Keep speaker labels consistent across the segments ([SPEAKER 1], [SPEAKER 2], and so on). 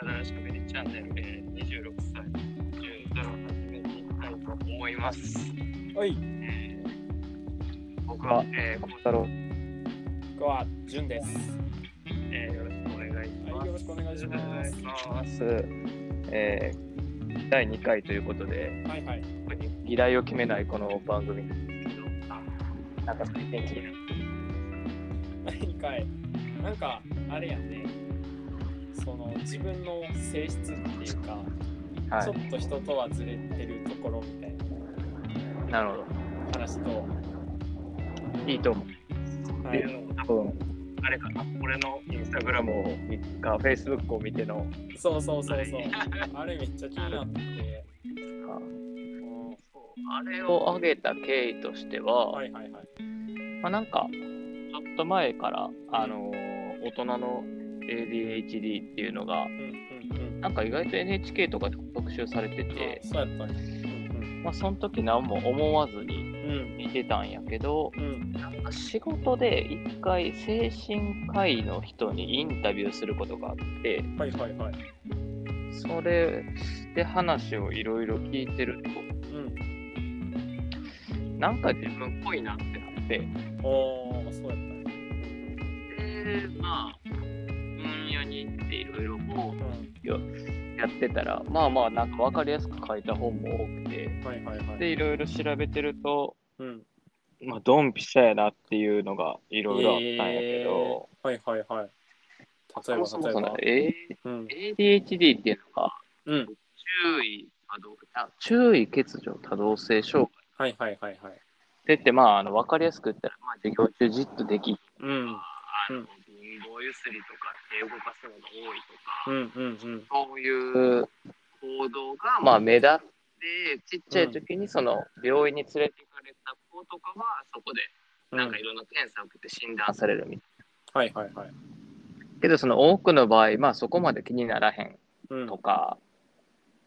[SPEAKER 1] ただしゃべりチャンネル、えー、26歳、順太郎を始めていきたいと思います。
[SPEAKER 2] はい、
[SPEAKER 1] えー僕は、えー、小太郎、
[SPEAKER 2] 僕はじゅんです。
[SPEAKER 1] えーよろしくお願いします。
[SPEAKER 2] はい、よろしくお願いします。
[SPEAKER 1] お願いします。えー第2回ということで、
[SPEAKER 2] はいはい。
[SPEAKER 1] 特に依頼を決めないこの番組なんですけど、なんか最近気になる
[SPEAKER 2] 何かい、なんかあれやね、その自分の性質っていうか、
[SPEAKER 1] は
[SPEAKER 2] ちょっと人とはずれてるところみたい
[SPEAKER 1] い、なるほ
[SPEAKER 2] な話と、
[SPEAKER 1] ど。いいと思う。っ
[SPEAKER 2] は
[SPEAKER 1] て
[SPEAKER 2] い
[SPEAKER 1] い、うのも多分あれかな、俺のインスタグラムを見か、フェイスブックを見ての、
[SPEAKER 2] そうそうそうそう、あれめっちゃ気になって、うん
[SPEAKER 1] あれを上げた経緯としては、
[SPEAKER 2] はいはいはい。
[SPEAKER 1] まあ、なんかちょっと前から、あのー大人の ADHD っていうのが
[SPEAKER 2] うんうんうん。
[SPEAKER 1] なんか意外と NHK とかで特集されてて
[SPEAKER 2] あ、そうやったね。うん
[SPEAKER 1] まあ、その時何も思わずに
[SPEAKER 2] うん
[SPEAKER 1] 見てたんやけど
[SPEAKER 2] うんうん。
[SPEAKER 1] なんか仕事で一回精神科医の人にインタビューすることがあって
[SPEAKER 2] はいはいはい。
[SPEAKER 1] それで話をいろいろ聞いてると
[SPEAKER 2] うん。
[SPEAKER 1] なんか自分っぽいなってなって。
[SPEAKER 2] おー、そうやったね。
[SPEAKER 1] でまあ分野に行っていろいろも
[SPEAKER 2] う
[SPEAKER 1] やってたらまあまあなんか分かりやすく書いた本も多くて
[SPEAKER 2] ん。はいはいはい。
[SPEAKER 1] でいろいろ調べてると
[SPEAKER 2] うん。
[SPEAKER 1] まあドンピシャやなっていうのがいろいろあったんやけど、
[SPEAKER 2] えーはいはいはい。例えば
[SPEAKER 1] そも
[SPEAKER 2] 例え
[SPEAKER 1] そ
[SPEAKER 2] ば
[SPEAKER 1] も。え
[SPEAKER 2] うん。
[SPEAKER 1] ー ADHD っていうのが
[SPEAKER 2] うん。
[SPEAKER 1] 注意多動あ注意欠如多動性障害
[SPEAKER 2] はいはいはいはい。
[SPEAKER 1] でってまああの分かりやすく言ったら、まあ、授業中じっとでき
[SPEAKER 2] うん。
[SPEAKER 1] あの
[SPEAKER 2] うん
[SPEAKER 1] 貧乏ゆすりとか手動かすのが多いとか。
[SPEAKER 2] うんうんうん。
[SPEAKER 1] そういう行動が、まあ、目立って、ちっちゃい時にその病院に連れて行かれた子とかは、そこで
[SPEAKER 2] な
[SPEAKER 1] なんん
[SPEAKER 2] か
[SPEAKER 1] かいろんな検査を受けて診断されるみたい
[SPEAKER 2] はいはいはい。
[SPEAKER 1] な。けど、その多くの場合、まあ、そこまで気にならへん
[SPEAKER 2] うん。
[SPEAKER 1] とか、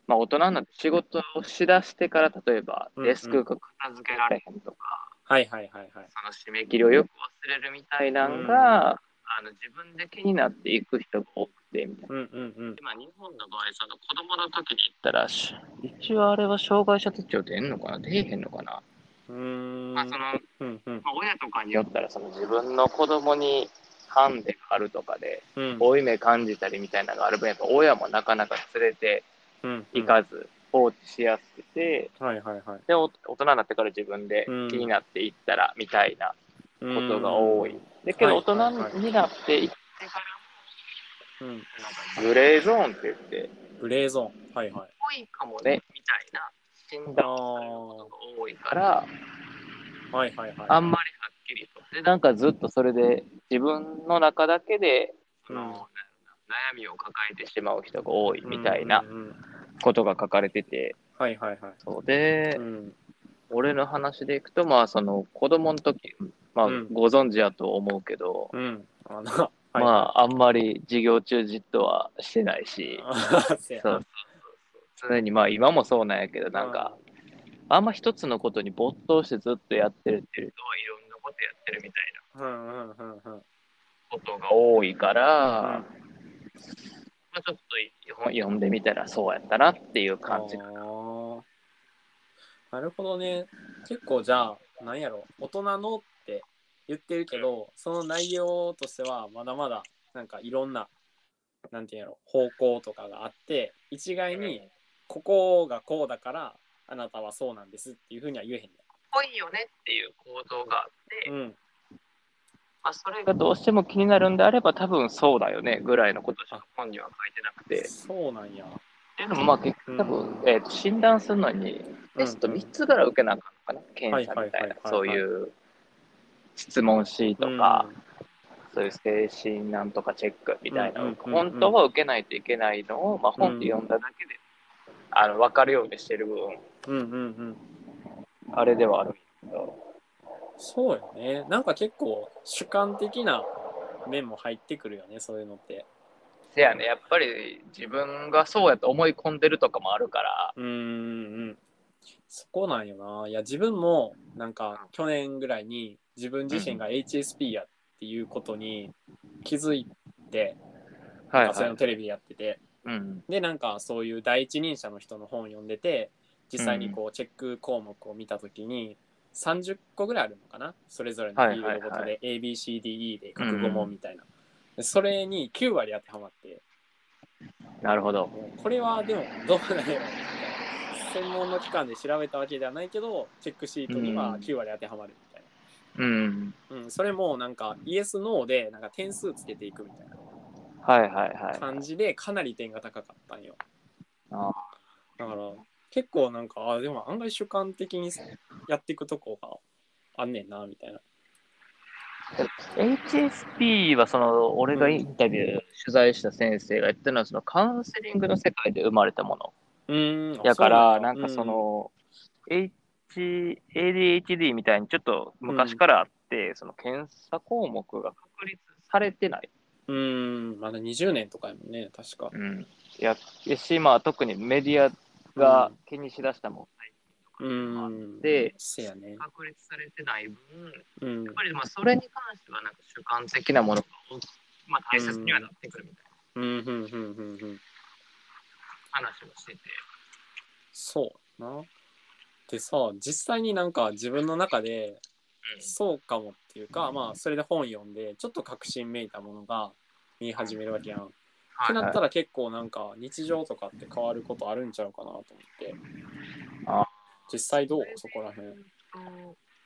[SPEAKER 1] まあ、大人になって仕事をしだしてから、例えば
[SPEAKER 2] うん
[SPEAKER 1] デスクが片付けられへんとか、
[SPEAKER 2] はいはいはいはい。
[SPEAKER 1] その締め切りをよく忘れるみたいなのが、あの自分で気になっていく人が多くて、みたいな。
[SPEAKER 2] うんうんうん。
[SPEAKER 1] 今日本の場合その子供の時に言ったらし一応あれは障害者手帳出んのかな出えへんのかな、
[SPEAKER 2] うーん。
[SPEAKER 1] まあそのま
[SPEAKER 2] うんうん
[SPEAKER 1] あ、親とかによったらその自分の子供にハンデがあるとかで
[SPEAKER 2] うん。
[SPEAKER 1] 負い目感じたりみたいなのがある分やっぱ親もなかなか連れて
[SPEAKER 2] うん。
[SPEAKER 1] 行かず放置しやすくて
[SPEAKER 2] はいはいはい。
[SPEAKER 1] でお大人になってから自分で
[SPEAKER 2] うん
[SPEAKER 1] 気になっていったらみたいなことが多い。でけ
[SPEAKER 2] は
[SPEAKER 1] ど
[SPEAKER 2] い
[SPEAKER 1] 大人になっていって
[SPEAKER 2] うん。うん。
[SPEAKER 1] からなんかグレーゾーンって言って
[SPEAKER 2] グレーゾーン。はいはい。
[SPEAKER 1] 多いかもねみたいな診
[SPEAKER 2] あ
[SPEAKER 1] 断をされること。
[SPEAKER 2] あ
[SPEAKER 1] が多いから
[SPEAKER 2] はいはい
[SPEAKER 1] あ
[SPEAKER 2] は
[SPEAKER 1] んまりはっきりとでなんかずっとそれで自分の中だけでその、
[SPEAKER 2] うん
[SPEAKER 1] な悩みを抱えてしまう人が多い
[SPEAKER 2] い。
[SPEAKER 1] みたいな
[SPEAKER 2] うんうんうん。
[SPEAKER 1] ことが書かれてて、
[SPEAKER 2] はいはいは
[SPEAKER 1] そうで
[SPEAKER 2] い。うん。
[SPEAKER 1] 俺の話でいくとまあその子供の時まあ、
[SPEAKER 2] うん
[SPEAKER 1] ご存知やと思うけど、
[SPEAKER 2] うん。あの、は
[SPEAKER 1] まああんまり授業中じっとはしてないし、
[SPEAKER 2] あ、せや
[SPEAKER 1] そう常にまあ今もそうなんやけどなんか、あんま一つのことに没頭してずっとやってるっていう人はいろんなことやってるみたいな
[SPEAKER 2] うんうんうんうん。
[SPEAKER 1] ことが多いから、
[SPEAKER 2] うん
[SPEAKER 1] まあ、ちょっと本読んでみたらそうやったなっていう感じ
[SPEAKER 2] あーなるほどね結構じゃあ何やろ大人のって言ってるけどその内容としてはまだまだなんかいろんななんていうんやろ方向とかがあって一概にここがこうだからあなたはそうなんですっていうふうには言えへんね
[SPEAKER 1] ぽいよねっていう行動があって、
[SPEAKER 2] うん
[SPEAKER 1] まあ、それがどうしても気になるんであれば多分そうだよねぐらいのことしか本には書いてなくて
[SPEAKER 2] そうなんや
[SPEAKER 1] でもまあ結局多分、えーと診断するのにテスト3つぐらい受けなあかんのかな検査みた
[SPEAKER 2] はいは
[SPEAKER 1] いな
[SPEAKER 2] いは
[SPEAKER 1] い
[SPEAKER 2] はい
[SPEAKER 1] そういう質問シートか、そういう精神なんとかチェックみたいな、
[SPEAKER 2] うんうんうんうん
[SPEAKER 1] 本当は受けないといけないのを、まあ、本で読んだだけで、あの分かるようにしてる部分
[SPEAKER 2] うん、うんうんうん
[SPEAKER 1] あれではあるんですけど
[SPEAKER 2] そうよねなんか結構主観的な面も入ってくるよねそういうのって
[SPEAKER 1] せやねやっぱり自分がそうやと思い込んでるとかもあるから
[SPEAKER 2] うーんうんそこなんよな。いや自分もなんか去年ぐらいに自分自身が HSP やっていうことに気づいて、朝のテレビやってて、
[SPEAKER 1] うん。
[SPEAKER 2] でなんかそういう第一人者の人の本を読んでて実際にこうチェック項目を見た時に30個ぐらいあるのかなそれぞれのフィールドご
[SPEAKER 1] はい
[SPEAKER 2] と
[SPEAKER 1] はい
[SPEAKER 2] で ABCDE で各5問みたいな、でそれに9割当てはまって
[SPEAKER 1] なるほど。
[SPEAKER 2] もうこれはでもどうなんやろうみたいな専門の機関で調べたわけではないけどチェックシートには9割当てはまるみたいな。
[SPEAKER 1] うん。
[SPEAKER 2] うん、それもなんかイエス・ノーでなんか点数つけていくみたい
[SPEAKER 1] はいはい
[SPEAKER 2] な
[SPEAKER 1] は
[SPEAKER 2] 感じでかなり点が高かったんよ。
[SPEAKER 1] あ
[SPEAKER 2] だから結構なんかあでも案外主観的にやっていくとこがあんねんなみたいな。
[SPEAKER 1] い。HSP はその、俺がインタビュー、取材した先生が言ってるのは、そのカウンセリングの世界で生まれたもの。
[SPEAKER 2] うーん。あ
[SPEAKER 1] やから、
[SPEAKER 2] う
[SPEAKER 1] なんかそ、の、H、ADHD みたいにちょっと昔からあって、その検査項目が確立されてない。
[SPEAKER 2] うん、うーんまだ20年とかやもんね確か。
[SPEAKER 1] うん。やし、まあ特にメディアが気にしだしたも
[SPEAKER 2] うーん。
[SPEAKER 1] で
[SPEAKER 2] せやね
[SPEAKER 1] ん、。確立されてない分、やっ
[SPEAKER 2] うん。
[SPEAKER 1] ぱりまあそれに関してはなんか主観的なものが大きく、まあ大切にはなってくるみたい
[SPEAKER 2] うんうんうんうんうん。
[SPEAKER 1] な話をしてて。
[SPEAKER 2] そうな。でさ実際になんか自分の中で
[SPEAKER 1] うん
[SPEAKER 2] そうかもっていうか、まあそれで本読んでちょっと確信めいたものが見え始めるわけやん。ってなったら結構なんか日常とかって変わることあるんちゃうかなと思って。
[SPEAKER 1] あ
[SPEAKER 2] 実際どうそこら辺。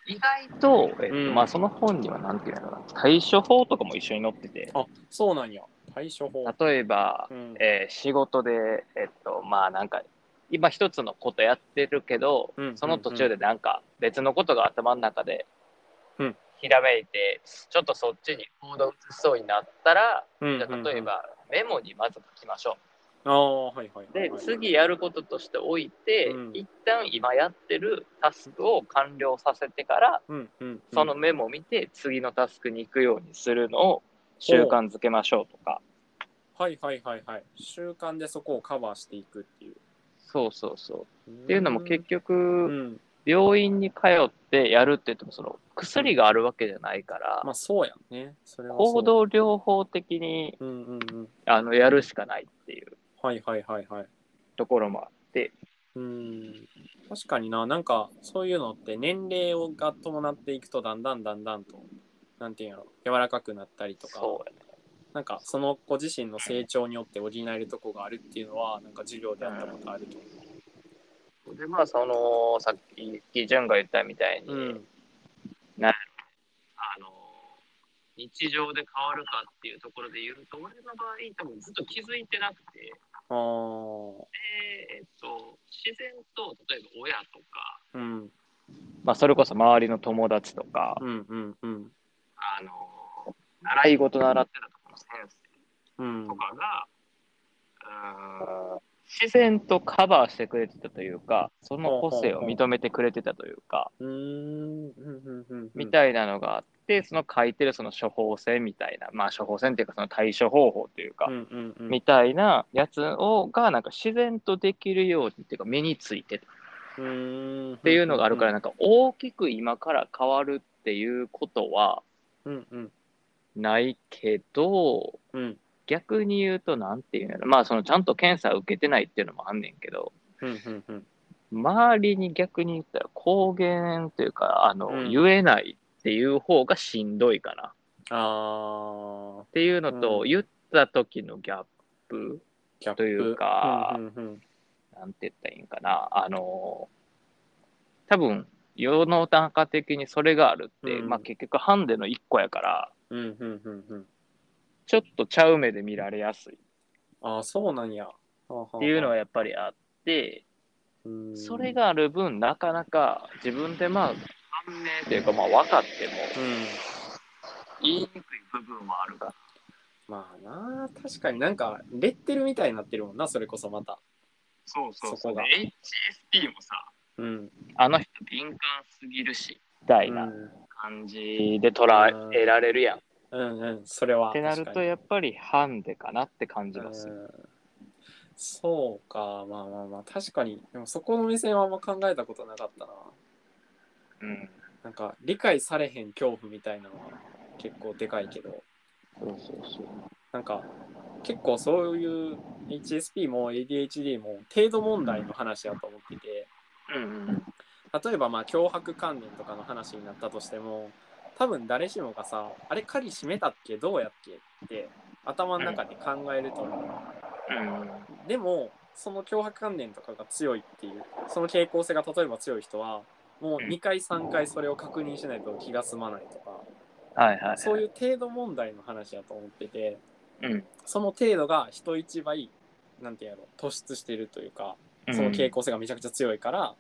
[SPEAKER 1] 意外と、えっと
[SPEAKER 2] うん
[SPEAKER 1] まあ、その本には何て言うのかな対処法とかも一緒に載ってて
[SPEAKER 2] あそうなんや。対処法。
[SPEAKER 1] 例えば
[SPEAKER 2] う、ん。
[SPEAKER 1] えー仕事で、えっと、まあなんか今一つのことやってるけど、
[SPEAKER 2] うん
[SPEAKER 1] その途中でなんか別のことが頭の中で
[SPEAKER 2] うん
[SPEAKER 1] ひらめいて、ちょっとそっちに行動移しそうになったら、
[SPEAKER 2] うん
[SPEAKER 1] じゃあ例え。ばメモにまず書きましょ
[SPEAKER 2] うんああはいはいは
[SPEAKER 1] う。
[SPEAKER 2] い
[SPEAKER 1] で
[SPEAKER 2] はい。
[SPEAKER 1] 次やることとしておいて、
[SPEAKER 2] うん
[SPEAKER 1] 一旦今やってるタスクを完了させてから
[SPEAKER 2] うんうんうん。
[SPEAKER 1] そのメモを見て次のタスクに行くようにするのを習慣づけましょうとか。
[SPEAKER 2] はいはいはいはい。習慣でそこをカバーしていくっていう。
[SPEAKER 1] そうそうそう。
[SPEAKER 2] っ
[SPEAKER 1] っていうのも結局、
[SPEAKER 2] うん。
[SPEAKER 1] 病院に通ってやるって言ってもその薬があるわけじゃないから、
[SPEAKER 2] まあそうやんね。それはそう
[SPEAKER 1] 行動療法的に
[SPEAKER 2] うんうんうん。
[SPEAKER 1] あのやるしかないっていう
[SPEAKER 2] はいはいはいはい。
[SPEAKER 1] ところもあって、
[SPEAKER 2] うん。確かにな、なんかそういうのって年齢をが伴っていくとだんだんだんだんと、なんていうんやろ、柔らかくなったりとか、
[SPEAKER 1] そうやね
[SPEAKER 2] なんかその子自身の成長によって補えるとこがあるっていうのは、なんか授業であったことあると思
[SPEAKER 1] でまあそのさっきキジュンが言ったみたいに、
[SPEAKER 2] う。うん。
[SPEAKER 1] あの日常で変わるかっていうところで言うと俺の場合多分ずっと気づいてなくて
[SPEAKER 2] あー
[SPEAKER 1] でえっと自然と例えば親とか、
[SPEAKER 2] うん
[SPEAKER 1] まあ、それこそ周りの友達とか、
[SPEAKER 2] うんうんうん
[SPEAKER 1] あの習い事習ってたとこの先生
[SPEAKER 2] うん
[SPEAKER 1] とかが、うん自然とカバーしてくれてたというか、その個性を認めてくれてたというか、
[SPEAKER 2] うーんうんうんうん
[SPEAKER 1] みたいなのがあって、その書いてるその処方箋みたいな、まあ処方箋っていうかその対処方法というか
[SPEAKER 2] う、んうんうん
[SPEAKER 1] みたいなやつをがなんか自然とできるようにっていうか身についてたっ
[SPEAKER 2] うーんって
[SPEAKER 1] いうのがあるから、なんか大きく今から変わるっていうことは
[SPEAKER 2] うんうん
[SPEAKER 1] ないけど、
[SPEAKER 2] うん
[SPEAKER 1] 逆に言うと、なんていうんやろ、まあそのちゃんと検査受けてないっていうのもあんねんけど、
[SPEAKER 2] うんうんうん
[SPEAKER 1] 周りに逆に言ったら公言というかあの、
[SPEAKER 2] うん
[SPEAKER 1] 言えないっていう方がしんどいかなっ
[SPEAKER 2] ああ
[SPEAKER 1] ていうのと、
[SPEAKER 2] うん
[SPEAKER 1] 言った時のギャップ
[SPEAKER 2] ギャップ
[SPEAKER 1] というか
[SPEAKER 2] うんうんうん
[SPEAKER 1] なんて言ったらいいんかなあの多分世の中的にそれがあるって、
[SPEAKER 2] うん
[SPEAKER 1] まあ、結局ハンデの一個やから
[SPEAKER 2] うんうんうんうん
[SPEAKER 1] ちょっとちゃう目で見られやすいっ
[SPEAKER 2] ああ、そうなんや。って
[SPEAKER 1] いうのは、やっぱりあって、それ、がある分なかなか自分でまあ判明というかまあ分かっても
[SPEAKER 2] うん。
[SPEAKER 1] 言いにくい部分はあるから。
[SPEAKER 2] まあなあ、確かになんか、レッテルみたいになってるもんな、それこそまた。
[SPEAKER 1] そうそう
[SPEAKER 2] そこが
[SPEAKER 1] HSP もさ、
[SPEAKER 2] うん。
[SPEAKER 1] あの人敏感すぎるし、みたい
[SPEAKER 2] うん
[SPEAKER 1] な感じで捉えられるやん。っ
[SPEAKER 2] うんうん、それは。
[SPEAKER 1] てなる
[SPEAKER 2] 確
[SPEAKER 1] と、
[SPEAKER 2] かに
[SPEAKER 1] やっぱりハンデかなって感じます
[SPEAKER 2] う。んそうか、まあまあまあ、確かに。でもそこの目線はあんま考えたことなかったな。
[SPEAKER 1] うん。
[SPEAKER 2] なんか、理解されへん恐怖みたいなのは結構でかいけど。
[SPEAKER 1] そうそうそう。
[SPEAKER 2] なんか結構そういう HSP も ADHD も程度問題の話だと思ってて
[SPEAKER 1] うん
[SPEAKER 2] 例えばまあ脅迫観念とかの話になったとしても多分誰しもがさあれ狩り閉めたっけどうやっけって頭の中で考えると思う。
[SPEAKER 1] う
[SPEAKER 2] でもその脅迫観念とかが強いっていうその傾向性が例えば強い人はもう2回3回それを確認しないと気が済まないとか
[SPEAKER 1] ん。はいはい。
[SPEAKER 2] そういう程度問題の話だと思ってて
[SPEAKER 1] うん。
[SPEAKER 2] その程度が人一倍なんていうの突出してるというかその傾向性がめちゃくちゃ強いから、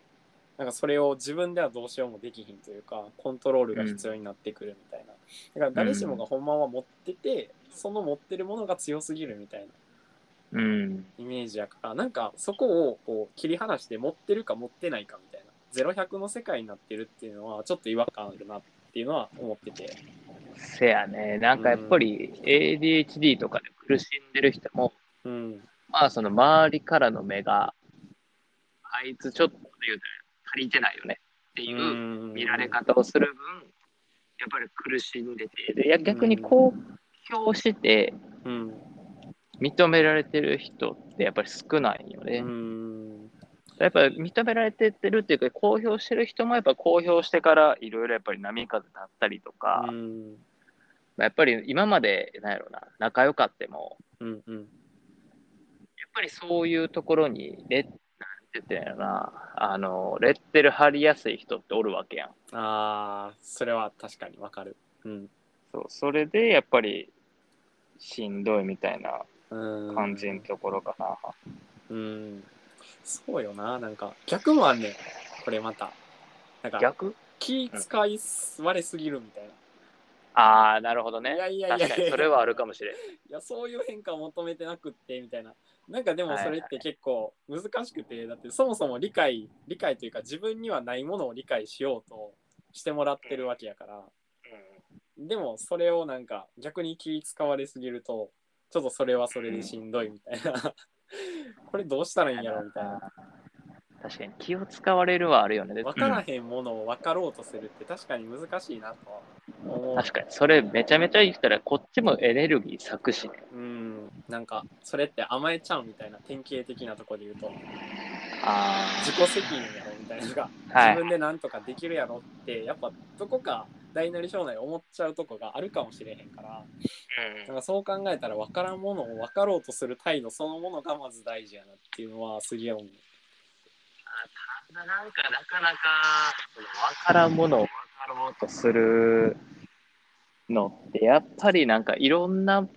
[SPEAKER 2] なんかそれを自分ではどうしようもできひんというかコントロールが必要になってくるみたいな、だから誰しもがほんまは持っててその持ってるものが強すぎるみたい
[SPEAKER 1] う
[SPEAKER 2] な
[SPEAKER 1] ん。
[SPEAKER 2] イメージやからなんかそこをこう切り離して持ってるか持ってないかみたいな0100の世界になってるっていうのはちょっと違和感あるなっていうのは思ってて
[SPEAKER 1] せやね。なんかやっぱり ADHD とかで苦しんでる人も、
[SPEAKER 2] うん
[SPEAKER 1] まあその周りからの目が、あいつちょっと言うたら足りてないよねっていう見られ方をする分、やっぱり苦しんでて、でいや逆に公表して
[SPEAKER 2] うん
[SPEAKER 1] 認められてる人ってやっぱり少ないよね。
[SPEAKER 2] うん
[SPEAKER 1] やっぱり認められてってるっていうか、公表してる人もやっぱ公表してからいろいろやっぱり波風立ったりとか、
[SPEAKER 2] うん
[SPEAKER 1] まあやっぱり今まで、なんやろな、仲良かっても、
[SPEAKER 2] うんうん
[SPEAKER 1] やっぱりそういうところにレッ、なんて言ってんやろな、あの、レッテル貼りやすい人っておるわけやん。
[SPEAKER 2] あーそれは確かにわかるうん
[SPEAKER 1] そう、それでやっぱりしんどいみたいな
[SPEAKER 2] うん
[SPEAKER 1] 感じのところかな。
[SPEAKER 2] うんそうよななんか逆もあんねんこれまたなんか
[SPEAKER 1] 逆
[SPEAKER 2] 気使い割れすぎるみたいな、
[SPEAKER 1] ああ、なるほどね。
[SPEAKER 2] いやいやいやいや
[SPEAKER 1] 確かに、それはあるかもしれん。
[SPEAKER 2] いやそういう変化を求めてなくってみたいななんかでも
[SPEAKER 1] はい
[SPEAKER 2] それって結構難しくて、だってそもそも理解理解というか自分にはないものを理解しようとしてもらってるわけやから、でもそれをなんか逆に気使われすぎるとちょっとそれはそれでしんどいみたいな これどうしたらいいんやろみたいな
[SPEAKER 1] 確かに、気を使われるはあるよね。
[SPEAKER 2] 分からへんものを分かろうとするって確かに難しいなとは思う
[SPEAKER 1] 確かに、それめちゃめちゃ言ったら、こっちもエネルギー割くしね。
[SPEAKER 2] うんなんかそれって甘えちゃうみたいな典型的なとこで言うと
[SPEAKER 1] あ
[SPEAKER 2] 自己責任やろみたいなのが
[SPEAKER 1] あ、は
[SPEAKER 2] 自
[SPEAKER 1] い。
[SPEAKER 2] 分でなんとかできるやろってやっぱどこか大なり小なり思っちゃうとこがあるかもしれへんからなんかそう考えたら分からんものを分かろうとする態度そのものがまず大事やなっていうのはすげえ思う。
[SPEAKER 1] なんかなかなか、その分からんものを分かろうとするのって、やっぱりなんかいろんな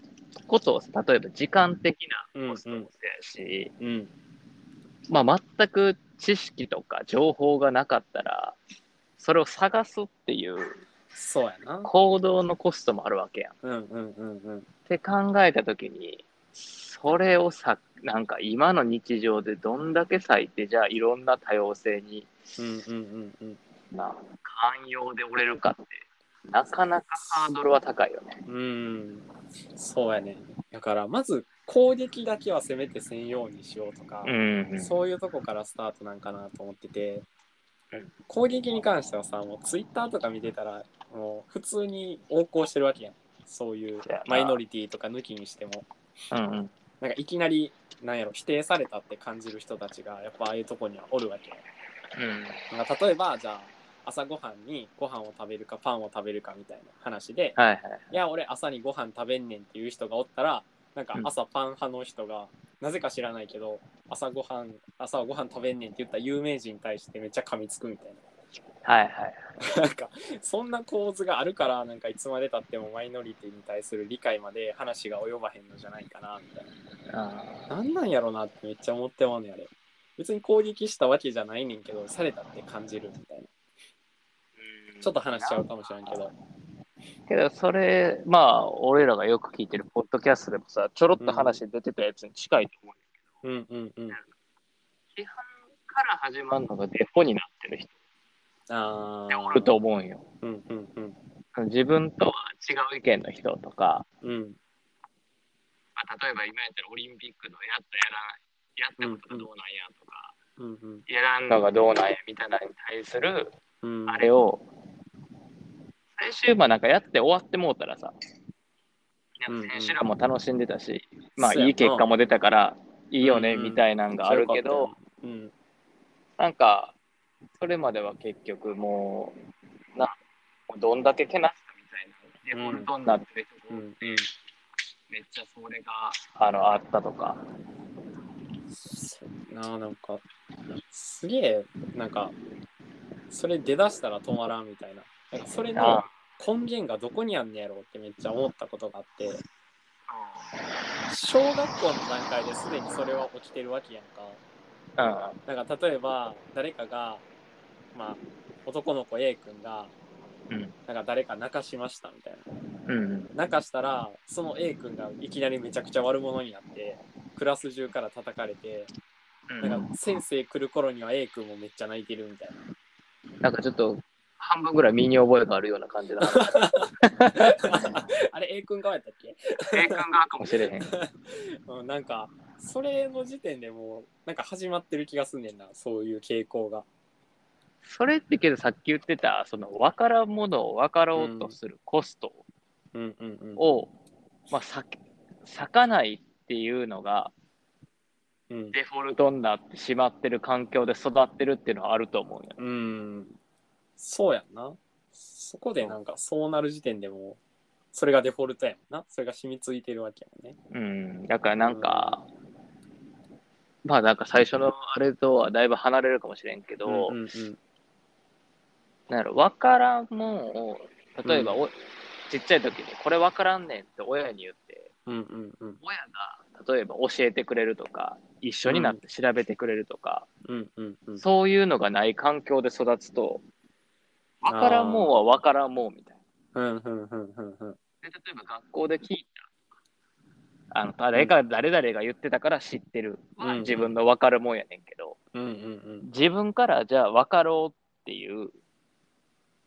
[SPEAKER 1] ことを、例えば時間的
[SPEAKER 2] う
[SPEAKER 1] なんコストもそうやし、
[SPEAKER 2] うん
[SPEAKER 1] まあ全く知識とか情報がなかったら、それを探すっていう
[SPEAKER 2] そうやな。
[SPEAKER 1] 行動のコストもあるわけやん。
[SPEAKER 2] うんうんうんうん。
[SPEAKER 1] って考えた時にそれをさなんか今の日常でどんだけ割いてじゃあいろんな多様性に
[SPEAKER 2] うんうんうんうん。
[SPEAKER 1] な寛容で折れるかってなかなかハードルは高いよね。
[SPEAKER 2] うん、そうやね。だからまず攻撃だけはせめてせんようにしようとか、
[SPEAKER 1] ん
[SPEAKER 2] そういうとこからスタートなんかなと思ってて
[SPEAKER 1] うん、
[SPEAKER 2] 攻撃に関してはさ、もうツイッターとか見てたら、もう普通に横行してるわけやん。そういう
[SPEAKER 1] そうやな
[SPEAKER 2] マイノリティとか抜きにしても、
[SPEAKER 1] うんうん
[SPEAKER 2] なんかいきなり、なんやろ、否定されたって感じる人たちが、やっぱああいうとこにはおるわけやん。なんか例えば、じゃあ、朝ごはんにご飯を食べるかパンを食べるかみたいな話で、
[SPEAKER 1] はいはい。
[SPEAKER 2] いや俺朝にご飯食べんねんっていう人がおったらなんか
[SPEAKER 1] うん
[SPEAKER 2] 朝パン派の人が、なぜか知らないけど朝ごはん朝はご飯食べんねんって言った有名人に対してめっちゃ噛みつくみたい
[SPEAKER 1] はいはい。
[SPEAKER 2] ななんかそんな構図があるからなんかいつまでたってもマイノリティに対する理解まで話が及ばへんのじゃないかなみたいななんなんやろなってめっちゃ思ってまうねんあれ別に攻撃したわけじゃないねんけどされたって感じるみたいなちょっと話しちゃうかもしれんけど
[SPEAKER 1] けどそれまあ俺らがよく聞いてるポッドキャストでもさちょろっと話出てたやつに近いと思うよ。
[SPEAKER 2] うんうんうん
[SPEAKER 1] 批判から始まるのがデフォになってる人
[SPEAKER 2] あ
[SPEAKER 1] ってお
[SPEAKER 2] あ
[SPEAKER 1] ると思うんよ。
[SPEAKER 2] うんうんうん
[SPEAKER 1] 自分とは違う意見の人とか、
[SPEAKER 2] うん
[SPEAKER 1] まあ、例えば今やったらオリンピックのやったやらないやったことがどうなんやとか、
[SPEAKER 2] うんうん
[SPEAKER 1] やらんのがどうなんやみたいなのに対する
[SPEAKER 2] うん
[SPEAKER 1] あれを最終まあなんかやって終わってもうたらさなんか選
[SPEAKER 2] う
[SPEAKER 1] 手
[SPEAKER 2] ん
[SPEAKER 1] らも楽しんでたし、まあ
[SPEAKER 2] そうやない
[SPEAKER 1] い結果も出たからいいよね
[SPEAKER 2] うんうん
[SPEAKER 1] みたいなんがあるけど、
[SPEAKER 2] うん、
[SPEAKER 1] なんかそれまでは結局もうなもうどんだけけなしたみたいなデフォルトになってる人
[SPEAKER 2] う
[SPEAKER 1] も
[SPEAKER 2] ん、
[SPEAKER 1] めっちゃそれがあのあったとか、
[SPEAKER 2] なあなんかすげえなんかそれ出だしたら止まらんみたいななんかそれの
[SPEAKER 1] あ
[SPEAKER 2] 根源がどこにあんねやろうってめっちゃ思ったことがあって小学校の段階ですでにそれは起きてるわけやんか
[SPEAKER 1] あ
[SPEAKER 2] なんか例えば誰かがまあ男の子 A 君が
[SPEAKER 1] うん
[SPEAKER 2] なんか誰か泣かしましたみたいな
[SPEAKER 1] うんうん
[SPEAKER 2] 泣かしたらその A 君がいきなりめちゃくちゃ悪者になってクラス中から叩かれて
[SPEAKER 1] うん
[SPEAKER 2] なんか先生来る頃には A 君もめっちゃ泣いてるみたい
[SPEAKER 1] な
[SPEAKER 2] な
[SPEAKER 1] んかちょっと半分ぐらい身に覚えがあるような感 じだな
[SPEAKER 2] あれ A 君側やったっけ、
[SPEAKER 1] 定感があるかもしれへん
[SPEAKER 2] うん、なんかそれの時点でもうなんか始まってる気がすんねんなそういう傾向が
[SPEAKER 1] それってけどさっき言ってたその分からんものを分かろうとするコスト
[SPEAKER 2] うんうんうん
[SPEAKER 1] を、まあ、避け避かないっていうのが
[SPEAKER 2] うん
[SPEAKER 1] デフォルトになってしまってる環境で育ってるっていうのはあると思うよ。
[SPEAKER 2] うんそうやんなそこでなんかそうなる時点でもうそれがデフォルトやもんなそれが染みついてるわけやもんね
[SPEAKER 1] うん、だからなんか、まあなんか最初のあれとはだいぶ離れるかもしれんけど、
[SPEAKER 2] うんうんうん
[SPEAKER 1] なんやろ分からんもんを例えば
[SPEAKER 2] う
[SPEAKER 1] お、ちっちゃい時にこれ分からんねんって親に言って
[SPEAKER 2] うんうんうん
[SPEAKER 1] 親が例えば教えてくれるとか一緒になって調べてくれるとか、
[SPEAKER 2] うんうんうん
[SPEAKER 1] そういうのがない環境で育つと分からんもんは分からんもんみたいな。
[SPEAKER 2] うんうんうんうんうん
[SPEAKER 1] で例えば学校で聞いたあの誰か誰々が言ってたから知ってる、
[SPEAKER 2] うん
[SPEAKER 1] 自分の分かるもんやねんけど
[SPEAKER 2] うんうん
[SPEAKER 1] 自分からじゃあ分かろうっていう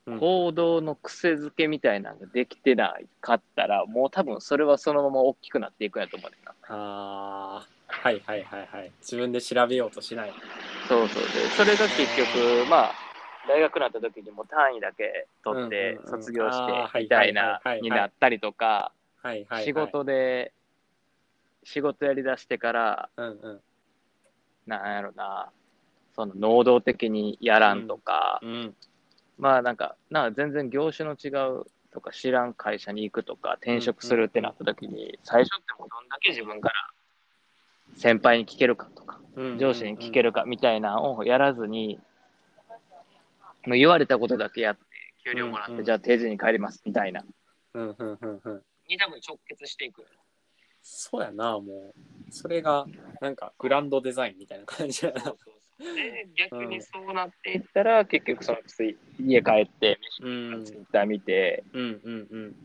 [SPEAKER 2] うん
[SPEAKER 1] 行動の癖づけみたいなのができてなかったらもう多分それはそのまま大きくなっていくんやと思うねんな。
[SPEAKER 2] あーはいはいはいはい自分で調べようとしない
[SPEAKER 1] そうそうでそれが結局まあ大学になった時にもう単位だけ取って
[SPEAKER 2] うんうんうん
[SPEAKER 1] 卒業し
[SPEAKER 2] あーは
[SPEAKER 1] て
[SPEAKER 2] い
[SPEAKER 1] みたいな
[SPEAKER 2] はいはいはい
[SPEAKER 1] になったりとか
[SPEAKER 2] はいはいはい
[SPEAKER 1] 仕事で仕事やりだしてから
[SPEAKER 2] うんうん
[SPEAKER 1] なんやろな、その能動的にやらんとか、
[SPEAKER 2] うん
[SPEAKER 1] まあなんか、な全然業種の違うとか知らん会社に行くとか転職するってなった時に、最初ってもうどんだけ自分から先輩に聞けるかとか、
[SPEAKER 2] うん
[SPEAKER 1] 上司に聞けるかみたいなのをやらずに、もう言われたことだけやって、給料もらって、
[SPEAKER 2] うんうん
[SPEAKER 1] じゃあ定時に帰りますみたいな。
[SPEAKER 2] うんうんうんうん
[SPEAKER 1] に多分直結していく。
[SPEAKER 2] そうやなもうそれがなんかグランドデザインみたいな感じやな
[SPEAKER 1] で逆にそうなっていったら、結局そのつい家帰って
[SPEAKER 2] うん
[SPEAKER 1] ツイッター見て、
[SPEAKER 2] うんうんうん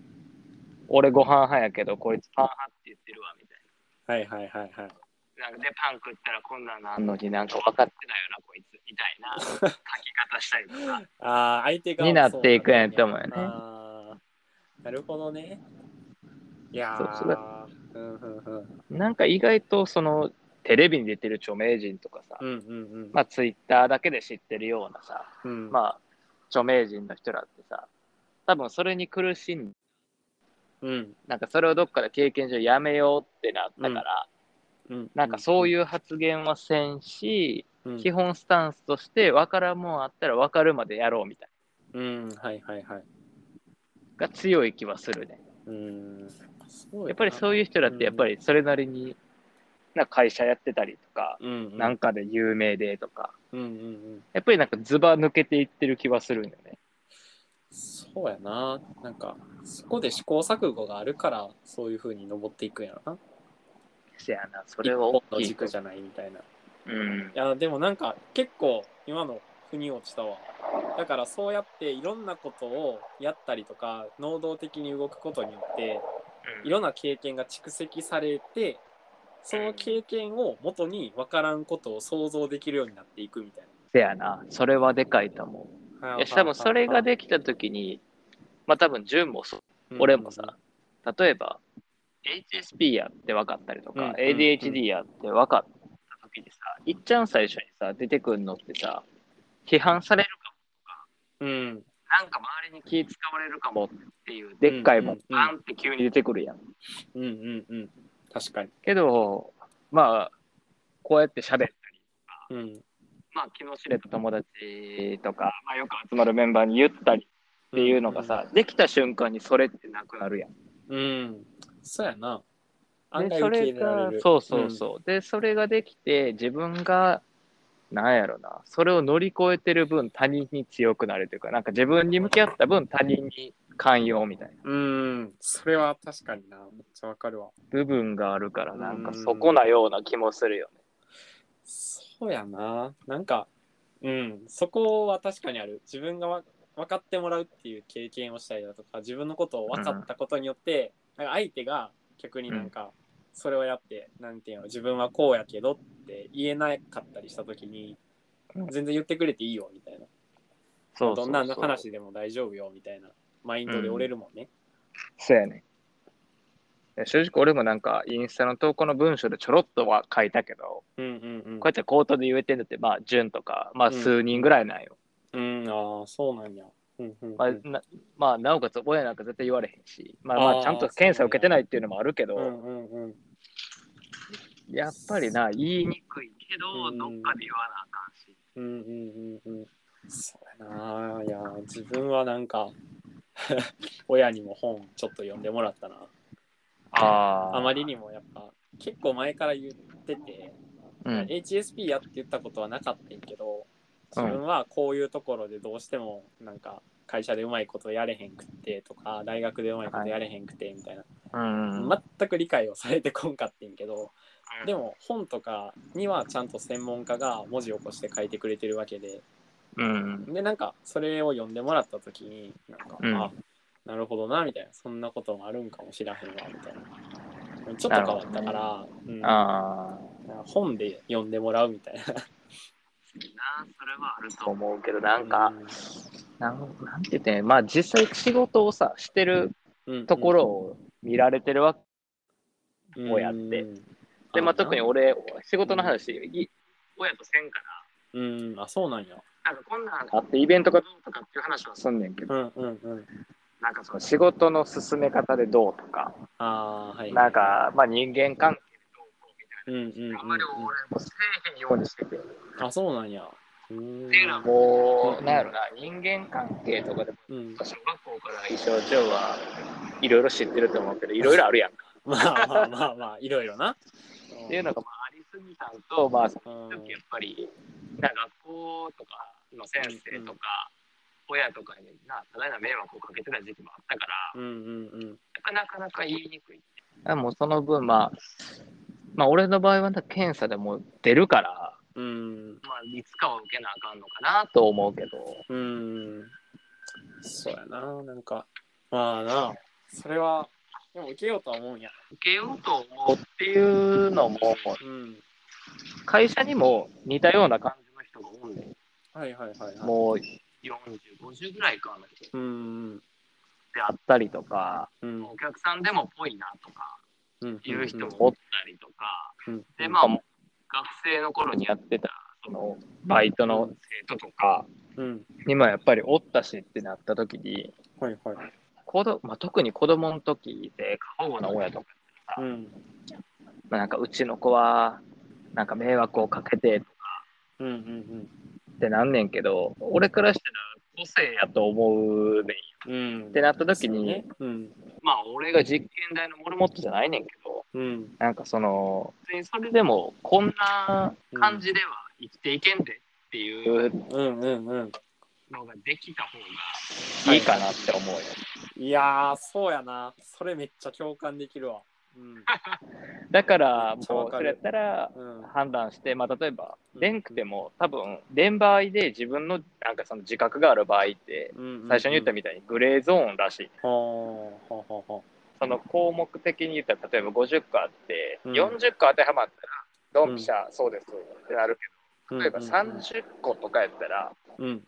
[SPEAKER 1] 俺ご飯派やけどこいつパン派って言ってるわみたい
[SPEAKER 2] はいはいはいはい
[SPEAKER 1] ななんかでパン食ったらこんなんなんのになんか分かってないよなこいつみたい な書き方したりとか
[SPEAKER 2] ああ相手が
[SPEAKER 1] になっていくんやと思うよね
[SPEAKER 2] そなんやあーなるほどねいやー
[SPEAKER 1] そうそれ
[SPEAKER 2] うんうんうん
[SPEAKER 1] なんか意外とそのテレビに出てる著名人とかさ、
[SPEAKER 2] うんうんうん
[SPEAKER 1] まあツイッターだけで知ってるようなさ
[SPEAKER 2] うん
[SPEAKER 1] まあ著名人の人らってさ多分それに苦しん
[SPEAKER 2] うん
[SPEAKER 1] なんかそれをどっかで経験上やめようってなったから、
[SPEAKER 2] うん
[SPEAKER 1] なんかそう
[SPEAKER 2] い
[SPEAKER 1] いう発言はせんし、
[SPEAKER 2] うん
[SPEAKER 1] 基本スタンスとして分からんもんあったら分かるまでやろうみたい
[SPEAKER 2] うんはいはいはい
[SPEAKER 1] なが強い気はするね。
[SPEAKER 2] うんそう
[SPEAKER 1] やっぱりそういう人だってやっぱりそれなりになんか会社やってたりとか、
[SPEAKER 2] うんうん
[SPEAKER 1] なんかで有名でとか
[SPEAKER 2] うんうんうん
[SPEAKER 1] やっぱりなんかズバ抜けていってる気はするんよね。
[SPEAKER 2] そうやななんかそこで試行錯誤があるからそういうふうに登っていくんやろな
[SPEAKER 1] せやなそれは大
[SPEAKER 2] 一本の
[SPEAKER 1] きい。
[SPEAKER 2] 軸じゃないみたいな
[SPEAKER 1] うん
[SPEAKER 2] い、やでもなんか結構今の腑に落ちたわだからそうやっていろんなことをやったりとか能動的に動くことによっていろんな経験が蓄積されてその経験を元に分からんことを想像できるようになっていくみたい
[SPEAKER 1] せやなそれはでかいと思
[SPEAKER 2] な。
[SPEAKER 1] う。いや多分それができた時にまあ多分純もそう
[SPEAKER 2] うん
[SPEAKER 1] 俺もさ例えば HSP やって分かったりと
[SPEAKER 2] うんうん
[SPEAKER 1] か
[SPEAKER 2] うん
[SPEAKER 1] ADHD やって分かった時にさいっちゃん最初にさ出てくるのってさ批判されるかも
[SPEAKER 2] うん
[SPEAKER 1] なんか周りに気使われるかもっていうでっかいも
[SPEAKER 2] うん
[SPEAKER 1] ん
[SPEAKER 2] うんうん
[SPEAKER 1] バンって急に出てくるやん
[SPEAKER 2] うんうんうん。確かに。
[SPEAKER 1] けどまあこうやって喋ったり
[SPEAKER 2] うん。
[SPEAKER 1] まあ気の知れた友達とか、まあ、よく集まるメンバーに言ったりっていうのがさ、できた瞬間にそれってなくなるやん
[SPEAKER 2] うん。うん。そうやな。案
[SPEAKER 1] で
[SPEAKER 2] 外
[SPEAKER 1] そ
[SPEAKER 2] 受け
[SPEAKER 1] れ
[SPEAKER 2] 入れら
[SPEAKER 1] が
[SPEAKER 2] れる。
[SPEAKER 1] そうそうそう、でそれができて自分がなんやろなそれを乗り越えてる分他人に強くなるというかなんか自分に向き合った分他人に寛容みたいな
[SPEAKER 2] うん。うん。それは確かにな。めっちゃわかるわ。
[SPEAKER 1] 部分があるからなんかそこなような気もするよね、
[SPEAKER 2] そうやな。なんか、うん。そこは確かにある。自分がわ分かってもらうっていう経験をしたりだとか、自分のことを分かったことによって、なんか相手が逆になんか、それをやって、なんていうの、自分はこうやけどって言えなかったりしたときに
[SPEAKER 1] うん、
[SPEAKER 2] 全然言ってくれていいよみたいな。
[SPEAKER 1] そうそう
[SPEAKER 2] ど
[SPEAKER 1] そ
[SPEAKER 2] ん
[SPEAKER 1] う
[SPEAKER 2] な話でも大丈夫よみたいなマインドで折れるもんね。
[SPEAKER 1] そうやねいや正直俺もなんかインスタの投稿の文章でちょろっとは書いたけど
[SPEAKER 2] うんうんうん
[SPEAKER 1] こうやって口頭で言えてるのってまあ純とかまあ数人ぐらいなんよ、
[SPEAKER 2] うん、ああ、そうなんや。うんうんうん
[SPEAKER 1] まあなまあ、なおかつ親なんか絶対言われへんし、まあ、ま
[SPEAKER 2] あー
[SPEAKER 1] あちゃんと検査受けてないっていうのもあるけど、
[SPEAKER 2] うんうんうん
[SPEAKER 1] やっぱりな言いにくいけ
[SPEAKER 2] う
[SPEAKER 1] ど
[SPEAKER 2] ん
[SPEAKER 1] どっかで言わなあかんし、
[SPEAKER 2] うんうんうんうん。そうやな。いや、自分はなんか 親にも本ちょっと読んでもらったな。
[SPEAKER 1] あ
[SPEAKER 2] あまりにもやっぱ結構前から言ってて、
[SPEAKER 1] うん
[SPEAKER 2] HSP やって言ったことはなかったんやけど自分はこういうところでどうしてもなんか会社でうまいことやれへんくってとか大学でうまいことやれへんくてみたいな、
[SPEAKER 1] うん
[SPEAKER 2] 全く理解をされてこんかってんけどでも本とかにはちゃんと専門家が文字起こして書いてくれてるわけで
[SPEAKER 1] うん
[SPEAKER 2] でなんかそれを読んでもらった時になんか、
[SPEAKER 1] うん
[SPEAKER 2] あなるほどなみたいなそんなこともあるんかもしらへんわみたいなちょっと変わったから、うん
[SPEAKER 1] ああ
[SPEAKER 2] 本で読んでもらうみたいな。
[SPEAKER 1] なそれはあると思うけどなんか、なんなんて言ってんまあ実際仕事をさしてる
[SPEAKER 2] うん
[SPEAKER 1] ところを見られてるわけ、をやって
[SPEAKER 2] うん
[SPEAKER 1] でまあ特に、俺仕事の話、い親とせんから
[SPEAKER 2] うん、あ、そうなんや。
[SPEAKER 1] なんかこんなんあってイベントがどうとかっていう話はすんねんけど
[SPEAKER 2] うんうんうん。
[SPEAKER 1] なんかその仕事の進め方でどうとか、
[SPEAKER 2] ああ、はい。
[SPEAKER 1] なん、か、まあ、人間関係でどうこうみた
[SPEAKER 2] うんうんうん、
[SPEAKER 1] いな、あん
[SPEAKER 2] う
[SPEAKER 1] ま
[SPEAKER 2] ん
[SPEAKER 1] り。俺もせえへんようにしてて。っ
[SPEAKER 2] あ、そうなんや。うん
[SPEAKER 1] ていうのはも
[SPEAKER 2] う
[SPEAKER 1] う、
[SPEAKER 2] ん
[SPEAKER 1] なんやろな、人間関係とかでも、
[SPEAKER 2] う
[SPEAKER 1] 小
[SPEAKER 2] ん、
[SPEAKER 1] 学校から衣装上はいろいろ知ってると思うけど、いろいろあるやんか。
[SPEAKER 2] まあまあまあまあ、いろいろな。
[SPEAKER 1] っていうのが、まあ、ありすぎたんと、まあ、そ
[SPEAKER 2] うん
[SPEAKER 1] の時やっぱり、なんか学校とかの先生とか、親とかにな、ただいま迷惑をかけてた時期もあったから、
[SPEAKER 2] うんうんうん。
[SPEAKER 1] なかなか言いにくい。あもうその分、まあ、まあ、俺の場合はな検査でもう出るから、
[SPEAKER 2] うん
[SPEAKER 1] まあ、いつかは受けなあかんのかなと思うけど、
[SPEAKER 2] うん。そうやな、なんか。まあな、それは、でも受けようとは思うんや。
[SPEAKER 1] 受けようと思うっていうのも、
[SPEAKER 2] うん。
[SPEAKER 1] 会社にも似たような感じの人が多いね。
[SPEAKER 2] はいはいはいはい。
[SPEAKER 1] もう40、50ぐらいかな人
[SPEAKER 2] うんうん
[SPEAKER 1] であったりとか、
[SPEAKER 2] うん。
[SPEAKER 1] お客さんでもっぽいなとか
[SPEAKER 2] うん。
[SPEAKER 1] いう人もおったりとか、
[SPEAKER 2] うん。
[SPEAKER 1] で、まあ、学生の頃にやってた、その、バイトの生徒とか、
[SPEAKER 2] うん。
[SPEAKER 1] 今やっぱりおったしってなった時に
[SPEAKER 2] はいはい。
[SPEAKER 1] 子ど、まあ、特に子供の時で過保護な親とか、
[SPEAKER 2] うん。
[SPEAKER 1] まあ、なんかうちの子はなんか迷惑をかけて
[SPEAKER 2] うんうんうん。
[SPEAKER 1] ってなんねんけど俺からしたら個性やと思うねん
[SPEAKER 2] うん、
[SPEAKER 1] ってなった時に、
[SPEAKER 2] うん
[SPEAKER 1] まあ俺が実験台のモルモットじゃないねんけど
[SPEAKER 2] うん
[SPEAKER 1] なんかその別にそれでもこんな感じでは生きていけんでっていう
[SPEAKER 2] うんうんうん
[SPEAKER 1] のができた方がいいかなって思うよ。
[SPEAKER 2] いやーそうやなそれめっちゃ共感できるわうん
[SPEAKER 1] だから
[SPEAKER 2] めっちゃわ
[SPEAKER 1] もう
[SPEAKER 2] か
[SPEAKER 1] そ
[SPEAKER 2] る
[SPEAKER 1] れやったら
[SPEAKER 2] うん
[SPEAKER 1] 判断して、まあ、例えば、
[SPEAKER 2] うん
[SPEAKER 1] 電区でも多分、電場合で自分のなんかその自覚がある場合って、
[SPEAKER 2] うん
[SPEAKER 1] 最初に言ったみたいにグレーゾーンらしい。
[SPEAKER 2] はあはあはあは
[SPEAKER 1] その項目的に言ったら、例えば50個あって、
[SPEAKER 2] うん
[SPEAKER 1] 40個当てはまったら、ドンピシャ、そうですってなる
[SPEAKER 2] あ
[SPEAKER 1] けど、例えば30個とかやったら、
[SPEAKER 2] うん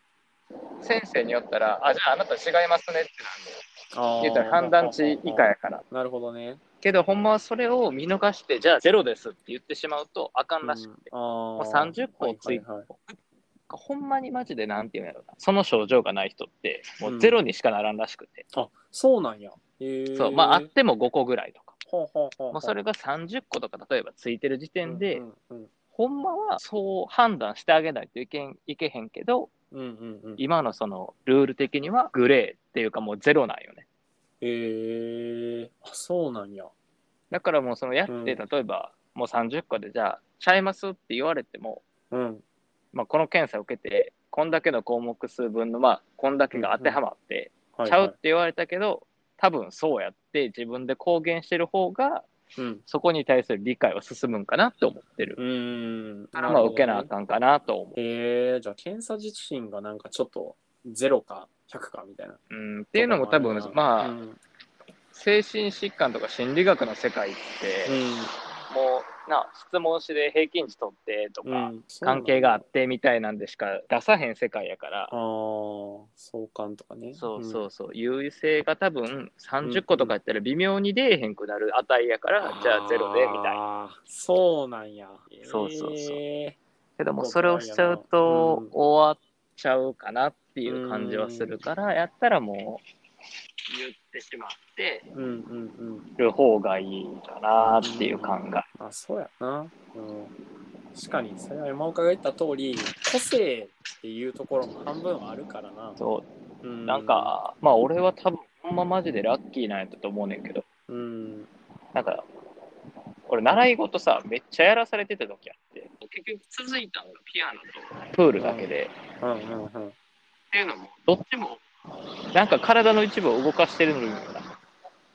[SPEAKER 1] 先生によったら、あ、じゃああなた違いますねって
[SPEAKER 2] あ
[SPEAKER 1] なん
[SPEAKER 2] ー
[SPEAKER 1] で、言ったら判断値以下やから。
[SPEAKER 2] なるほどね
[SPEAKER 1] けど、ほんまはそれを見逃して、じゃあゼロですって言ってしまうと、あかんらしくて。
[SPEAKER 2] あも
[SPEAKER 1] もう30個つい
[SPEAKER 2] はいはいはい
[SPEAKER 1] かほんまにマジでなんていうんやろなその症状がない人ってもうゼロにしかならんらしくて、
[SPEAKER 2] あそうなんや。えー、
[SPEAKER 1] そうまああっても5個ぐらいとか、
[SPEAKER 2] ほうほうほうほう
[SPEAKER 1] もうそれが30個とか例えばついてる時点で、
[SPEAKER 2] うんうん
[SPEAKER 1] ほんまはそう判断してあげないといけんいけへんけど
[SPEAKER 2] うんうんうんうん。
[SPEAKER 1] 今のそのルール的にはグレーっていうかもうゼロなんよね
[SPEAKER 2] えー、あそうなんや。
[SPEAKER 1] だからもうそのやって、
[SPEAKER 2] うん
[SPEAKER 1] 例えばもう30個でじゃあちゃいますって言われても、
[SPEAKER 2] うん。
[SPEAKER 1] まあ、この検査を受けてこんだけの項目数分のまあこんだけが当てはまって、
[SPEAKER 2] はい
[SPEAKER 1] ちゃう
[SPEAKER 2] は
[SPEAKER 1] って言われたけど多分そうやって自分で公言してる方が
[SPEAKER 2] い、うん。
[SPEAKER 1] そこに対する理解は進むんかなって思ってる
[SPEAKER 2] うーん。
[SPEAKER 1] からまあ受けなあ
[SPEAKER 2] ん。
[SPEAKER 1] かんかなと思う。
[SPEAKER 2] えー、じゃあ検査自身がなんかちょっと0か100かみたいな。っ
[SPEAKER 1] うん、っていうのも多分まあ、
[SPEAKER 2] うん。うん
[SPEAKER 1] 精神疾患とか心理学の世界って、もうな質問紙で平均値取ってとか、
[SPEAKER 2] うん、
[SPEAKER 1] 関係があ
[SPEAKER 2] て
[SPEAKER 1] ってみたいなんでしか出さへん世界やから
[SPEAKER 2] ああ、相関とかね。
[SPEAKER 1] そう
[SPEAKER 2] うん
[SPEAKER 1] そうそう優位性が多分30個とかやったら微妙に出えへんくなる値やから、じゃあゼロでみたいな
[SPEAKER 2] な。そうなんや。
[SPEAKER 1] そうそうそう
[SPEAKER 2] え
[SPEAKER 1] けどもそれをしちゃうと
[SPEAKER 2] うん
[SPEAKER 1] 終わっちゃうかなっていう感じはするからやったらもう言ってしまって
[SPEAKER 2] ーうんうんうん。
[SPEAKER 1] る方がいいかなっていう感が
[SPEAKER 2] あ、そうやな。うん。確かに、それは山岡が言った通り、個性っていうところも半分はあるからな。
[SPEAKER 1] そううんなん、かまあ俺は多分ほんまマジでラッキーなんやったと思うねんけど
[SPEAKER 2] うん。
[SPEAKER 1] なんか俺習い事さめっちゃやらされてた時あって結局続いたのがピアノとプールだけで、っ
[SPEAKER 2] うんうんうん。
[SPEAKER 1] ていうのもどっちもなんか体の一部を動かしてるのにな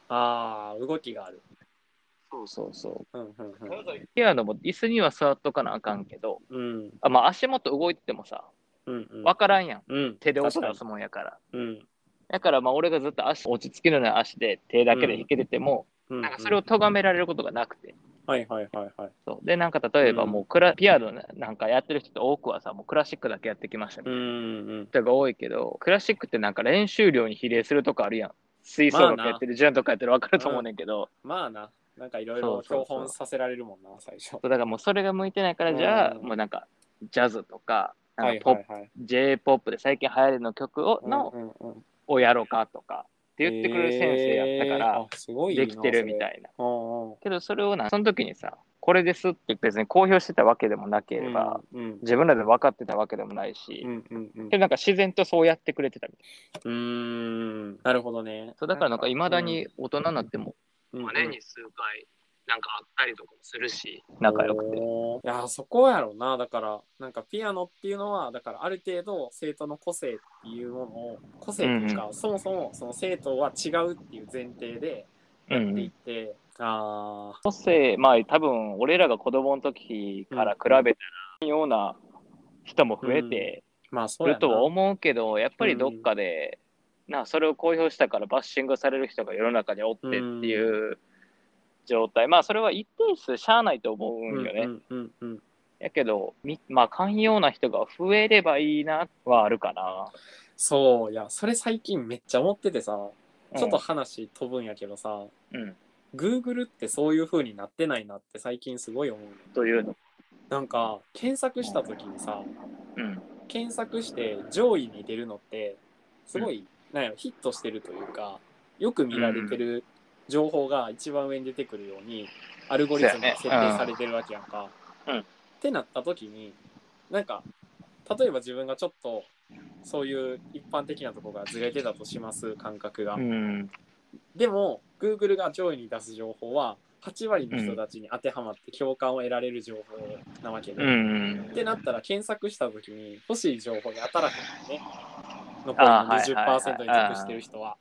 [SPEAKER 2] ああ、動きがある。
[SPEAKER 1] そうそうそう
[SPEAKER 2] うんうん
[SPEAKER 1] ピアノも椅子には座っとかなあかんけど
[SPEAKER 2] うん。うん
[SPEAKER 1] あまあ足元動いててもさ
[SPEAKER 2] うんうん。
[SPEAKER 1] 分からんやん
[SPEAKER 2] うん。
[SPEAKER 1] 手で押し
[SPEAKER 2] 確
[SPEAKER 1] 出
[SPEAKER 2] か
[SPEAKER 1] すもんやから
[SPEAKER 2] にうん。
[SPEAKER 1] だからまあ俺がずっと足落ち着きのない足で手だけで弾けてても、
[SPEAKER 2] うん。
[SPEAKER 1] なんかそれを咎められることがなくて
[SPEAKER 2] はいはいはいはい。
[SPEAKER 1] そうでなんか例えば
[SPEAKER 2] うん
[SPEAKER 1] もうクラ、ピアノなんかやってる人って多くはさもうクラシックだけやってきましたみた
[SPEAKER 2] う
[SPEAKER 1] いなん
[SPEAKER 2] うん。
[SPEAKER 1] 人が多いけどクラシックってなんか練習量に比例するとこあるやん吹奏楽やってるジャンとかやってる分かると思うねんけど、
[SPEAKER 2] まあな、なんかいろい
[SPEAKER 1] そ
[SPEAKER 2] ろ
[SPEAKER 1] うそうそう
[SPEAKER 2] 標本させられるもんな、最初。
[SPEAKER 1] そうだからもうそれが向いてないからじゃあ、
[SPEAKER 2] うん
[SPEAKER 1] もうなんかジャズとか
[SPEAKER 2] は
[SPEAKER 1] なん
[SPEAKER 2] い
[SPEAKER 1] かポッ
[SPEAKER 2] は
[SPEAKER 1] プ、
[SPEAKER 2] いはい。
[SPEAKER 1] j p o p で最近流行りの曲をの、
[SPEAKER 2] うんうんうん
[SPEAKER 1] をやろうかとかって言ってくれる先生やったか
[SPEAKER 2] えー
[SPEAKER 1] ら
[SPEAKER 2] あ、すごい
[SPEAKER 1] できてるみた
[SPEAKER 2] い
[SPEAKER 1] いな。
[SPEAKER 2] な。うんうん
[SPEAKER 1] けどそれをなその時にさこれですって別に公表してたわけでもなければ、
[SPEAKER 2] うん
[SPEAKER 1] 自分らで分かってたわけでもないし、
[SPEAKER 2] うんうんうん
[SPEAKER 1] でなんか自然とそうやってくれてたみたい
[SPEAKER 2] うん。なるほどね。
[SPEAKER 1] そうだからなんかいまだに大人になっても
[SPEAKER 2] うん、うんうん
[SPEAKER 1] 年に数回なんかあったりとかもするし仲良くて
[SPEAKER 2] おーいや、そこやろな。だから、なんかピアノっていうのは、だからある程度生徒の個性っていうものを、個性っていうか、そもそもその生徒は違うっていう前提でやっていって、ああ、
[SPEAKER 1] 個性まあ多分俺らが子供の時から比べたら、ような人も増えて
[SPEAKER 2] まあそうや
[SPEAKER 1] る
[SPEAKER 2] な。
[SPEAKER 1] とは思うけどやっぱりどっかで、なあそれを公表したからバッシングされる人が世の中におってっていう状態、まあそれは一定数しゃあないと思うんよね、
[SPEAKER 2] うんうんうんうん
[SPEAKER 1] やけどみまあ寛容な人が増えればいいなはあるかな
[SPEAKER 2] そういやそれ最近めっちゃ思っててさちょっと、話飛ぶんやけどさ、
[SPEAKER 1] うんうん
[SPEAKER 2] Google ってそういう風になってないなって最近すごい思うの
[SPEAKER 1] というの
[SPEAKER 2] なんか検索した時にさ
[SPEAKER 1] うん
[SPEAKER 2] 検索して上位に出るのってすごい、なんやろヒットしてるというかよく見られてる情報が一番上に出てくるようにアルゴリズムが設定されてるわけやんか。
[SPEAKER 1] うん
[SPEAKER 2] ってなった時になんか例えば自分がちょっとそういう一般的なところがずれてたとします感覚が。
[SPEAKER 1] うん
[SPEAKER 2] でも Google が上位に出す情報は8割の人たちに当てはまって共感を得られる情報なわけで。
[SPEAKER 1] うん
[SPEAKER 2] ってなったら検索した時に欲しい情報に当たらへんよね残りの
[SPEAKER 1] あー
[SPEAKER 2] 20%に
[SPEAKER 1] はいはいはい
[SPEAKER 2] 属してる人は。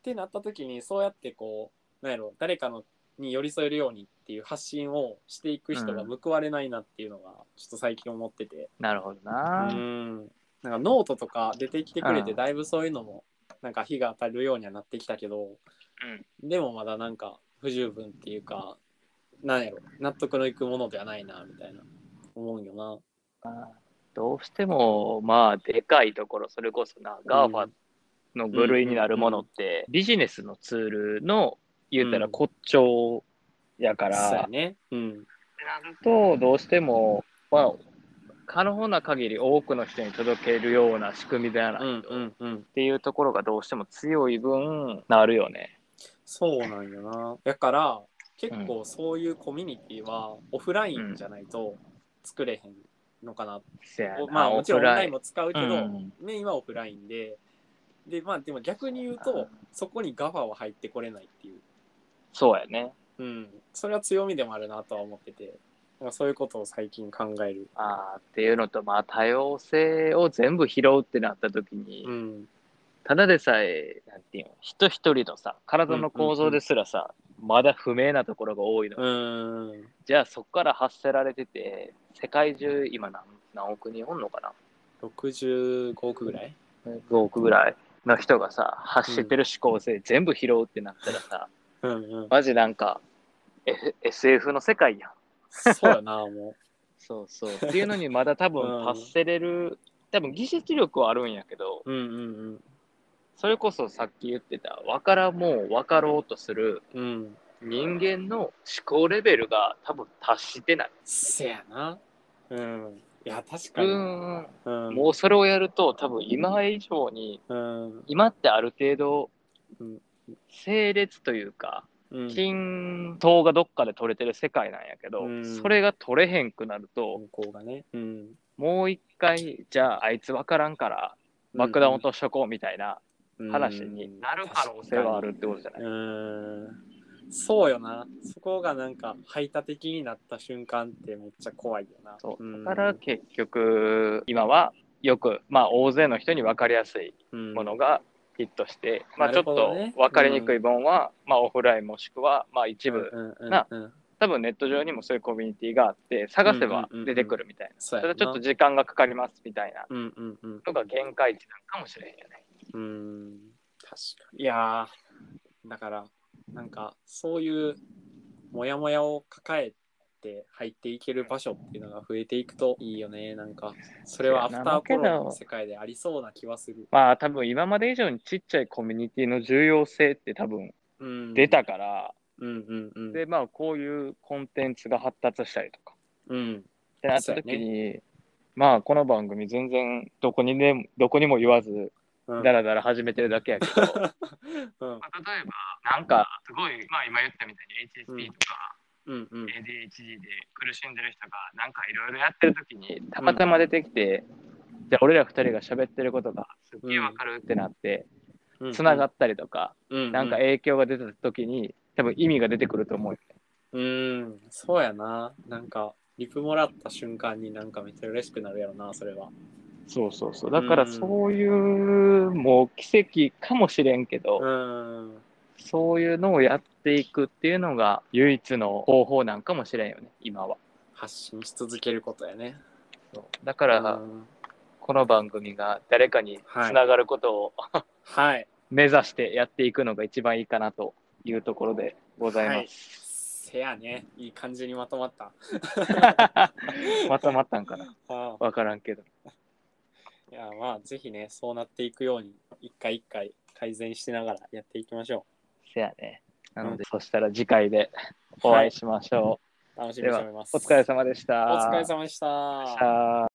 [SPEAKER 2] ってなった時にそうやってこうなんやろ誰かのに寄り添えるようにっていう発信をしていく人が
[SPEAKER 1] う
[SPEAKER 2] 報われないなっていうのがちょっと最近思ってて。
[SPEAKER 1] なるほど
[SPEAKER 2] う
[SPEAKER 1] な、
[SPEAKER 2] んなんかノートとか出てきてくれ
[SPEAKER 1] う
[SPEAKER 2] て
[SPEAKER 1] ん
[SPEAKER 2] だいぶそういうのもなんか火が当たるようにはなってきたけど、でもまだなんか不十分っていうかなんやろ納得のいくものではないなみたいな思うよな。
[SPEAKER 1] どうしてもまあでかいところそれこそな GAFA の部類になるものってビジネスのツールの言うたら
[SPEAKER 2] うん
[SPEAKER 1] 骨頂やか
[SPEAKER 2] そうや
[SPEAKER 1] ら、
[SPEAKER 2] ね。うん。
[SPEAKER 1] なるとどうしてもまあ可能な限り多くの人に届けるような仕組みではない、
[SPEAKER 2] う
[SPEAKER 1] っ
[SPEAKER 2] んうんうん。
[SPEAKER 1] ていうところがどうしても強い分なるよね。
[SPEAKER 2] そうなんよな。だから、結構そういうコミュニティはオフラインじゃないと作れへんのかな。
[SPEAKER 1] せやな
[SPEAKER 2] おまあもちろんオンラインも使う
[SPEAKER 1] オ
[SPEAKER 2] け
[SPEAKER 1] フライン
[SPEAKER 2] ど、
[SPEAKER 1] うん
[SPEAKER 2] メインはオフラインで、で、まあでも逆に言う
[SPEAKER 1] うん
[SPEAKER 2] と、そこに GAFA は入ってこれないっていう。
[SPEAKER 1] そうやね。
[SPEAKER 2] うん。それは強みでもあるなとは思ってて、なんかそういうことを最近考える。
[SPEAKER 1] あーっていうのとまあ多様性を全部拾うってなった時に、
[SPEAKER 2] うん。
[SPEAKER 1] ただでさえなんていうの人一人のさ体の構造ですらさ、まだ不明なところが多いの、
[SPEAKER 2] うん。
[SPEAKER 1] じゃあそこから発せられてて世界中今何何億人おんのかな
[SPEAKER 2] 65億ぐらい
[SPEAKER 1] 5億ぐらいの人がさ発してる思考性、全部拾うってなったらさ
[SPEAKER 2] うんうん。
[SPEAKER 1] マジなんか、F、SF の世界やん
[SPEAKER 2] そうやな、も
[SPEAKER 1] そうそうっていうのにまだ多
[SPEAKER 2] う
[SPEAKER 1] 分
[SPEAKER 2] ん
[SPEAKER 1] 達せれる、多分技術力はあるんやけど
[SPEAKER 2] う。うんうん
[SPEAKER 1] それこそさっき言ってた分からもう分かろうとする
[SPEAKER 2] うん。うん。
[SPEAKER 1] 人間の思考レベルが多分達してない。
[SPEAKER 2] せやな。うん。いや、確か
[SPEAKER 1] う
[SPEAKER 2] に。
[SPEAKER 1] ん、
[SPEAKER 2] うん。
[SPEAKER 1] もうそれをやると多分今以上に
[SPEAKER 2] うん。
[SPEAKER 1] 今ってある程度
[SPEAKER 2] うん
[SPEAKER 1] 整列というか
[SPEAKER 2] うん。
[SPEAKER 1] 均等がどっかで取れてる世界なんやけど、
[SPEAKER 2] うん
[SPEAKER 1] それが取れへんくなると
[SPEAKER 2] 向こうがね。うん。
[SPEAKER 1] もう一回じゃああいつ分からんから爆弾落としとこうみたいな話になる可能性はあるってことじゃない、
[SPEAKER 2] うん。そうよな。そこがなんか排他的になった瞬間ってめっちゃ怖いよな。
[SPEAKER 1] そう
[SPEAKER 2] うん
[SPEAKER 1] だから結局今はよくまあ大勢の人に分かりやすいものがヒットして、まあ、ちょっ
[SPEAKER 2] なるほ
[SPEAKER 1] と
[SPEAKER 2] どね
[SPEAKER 1] 分かりにくい本は、まあ、オフラインもしくは、まあ、一
[SPEAKER 2] うん
[SPEAKER 1] 部、
[SPEAKER 2] うんうん
[SPEAKER 1] な
[SPEAKER 2] うん、
[SPEAKER 1] 多分ネット上にもそういうコミュニティがあって探せば
[SPEAKER 2] うんうんうんうん
[SPEAKER 1] 出てくるみたいな、
[SPEAKER 2] そう
[SPEAKER 1] それ
[SPEAKER 2] やな
[SPEAKER 1] はちょっと時間がかかりますみたいな
[SPEAKER 2] うんうんうん
[SPEAKER 1] のが限界値なんかもしれへんよね。
[SPEAKER 2] うん確かにいやーだからなんかそういうモヤモヤを抱えて入っていける場所っていうのが増えていくといいよねなんかそれはアフターコロナの世界でありそうな気はする、
[SPEAKER 1] まあ多分今まで以上にちっちゃいコミュニティの重要性って多分
[SPEAKER 2] うん、
[SPEAKER 1] 出たから、
[SPEAKER 2] うんうんうん
[SPEAKER 1] でまあこういうコンテンツが発達したりとか
[SPEAKER 2] うん
[SPEAKER 1] ってなった時に、まあこの番組全然どこにでもどこにも言わず
[SPEAKER 2] うん
[SPEAKER 1] だらだら始めてるだけやけど、
[SPEAKER 2] うん
[SPEAKER 1] まあ例えばなんかすごい、まあ、今言ったみたいに HSP とか
[SPEAKER 2] うんうん
[SPEAKER 1] ADHD で苦しんでる人がなんかいろいろやってる時にたまたま出てきて、じゃあ俺ら二人が喋ってることがすっげえわかるってなって
[SPEAKER 2] うん
[SPEAKER 1] つな、がったりとか、
[SPEAKER 2] うん
[SPEAKER 1] なんか影響が出た時に多分意味が出てくると思うよね。
[SPEAKER 2] うんそうやななんかリプもらった瞬間になんかめっちゃ嬉しくなるやろなそれは
[SPEAKER 1] そうそうそうだからそういうもう奇跡かもしれんけど、
[SPEAKER 2] うん
[SPEAKER 1] そういうのをやっていくっていうのが唯一の方法なんかもしれんよね、今は。
[SPEAKER 2] 発信し続けることやね。
[SPEAKER 1] だから
[SPEAKER 2] う、ん
[SPEAKER 1] この番組が誰かにつながることを
[SPEAKER 2] はい。
[SPEAKER 1] 目指してやっていくのが一番いいかなというところでございます。
[SPEAKER 2] せやね。いい感じにまとまった。
[SPEAKER 1] まとまったんかな
[SPEAKER 2] ああ
[SPEAKER 1] わからんけど。
[SPEAKER 2] いや、まあ、ぜひね、そうなっていくように、一回一回改善しながらやっていきましょ
[SPEAKER 1] せやね。なので、そしたら次回でお会いしましょ
[SPEAKER 2] う。楽し
[SPEAKER 1] う。
[SPEAKER 2] み
[SPEAKER 1] で
[SPEAKER 2] にし
[SPEAKER 1] は
[SPEAKER 2] ておりま、す。
[SPEAKER 1] お疲れ様でした。
[SPEAKER 2] お疲れ様でした。
[SPEAKER 1] でした。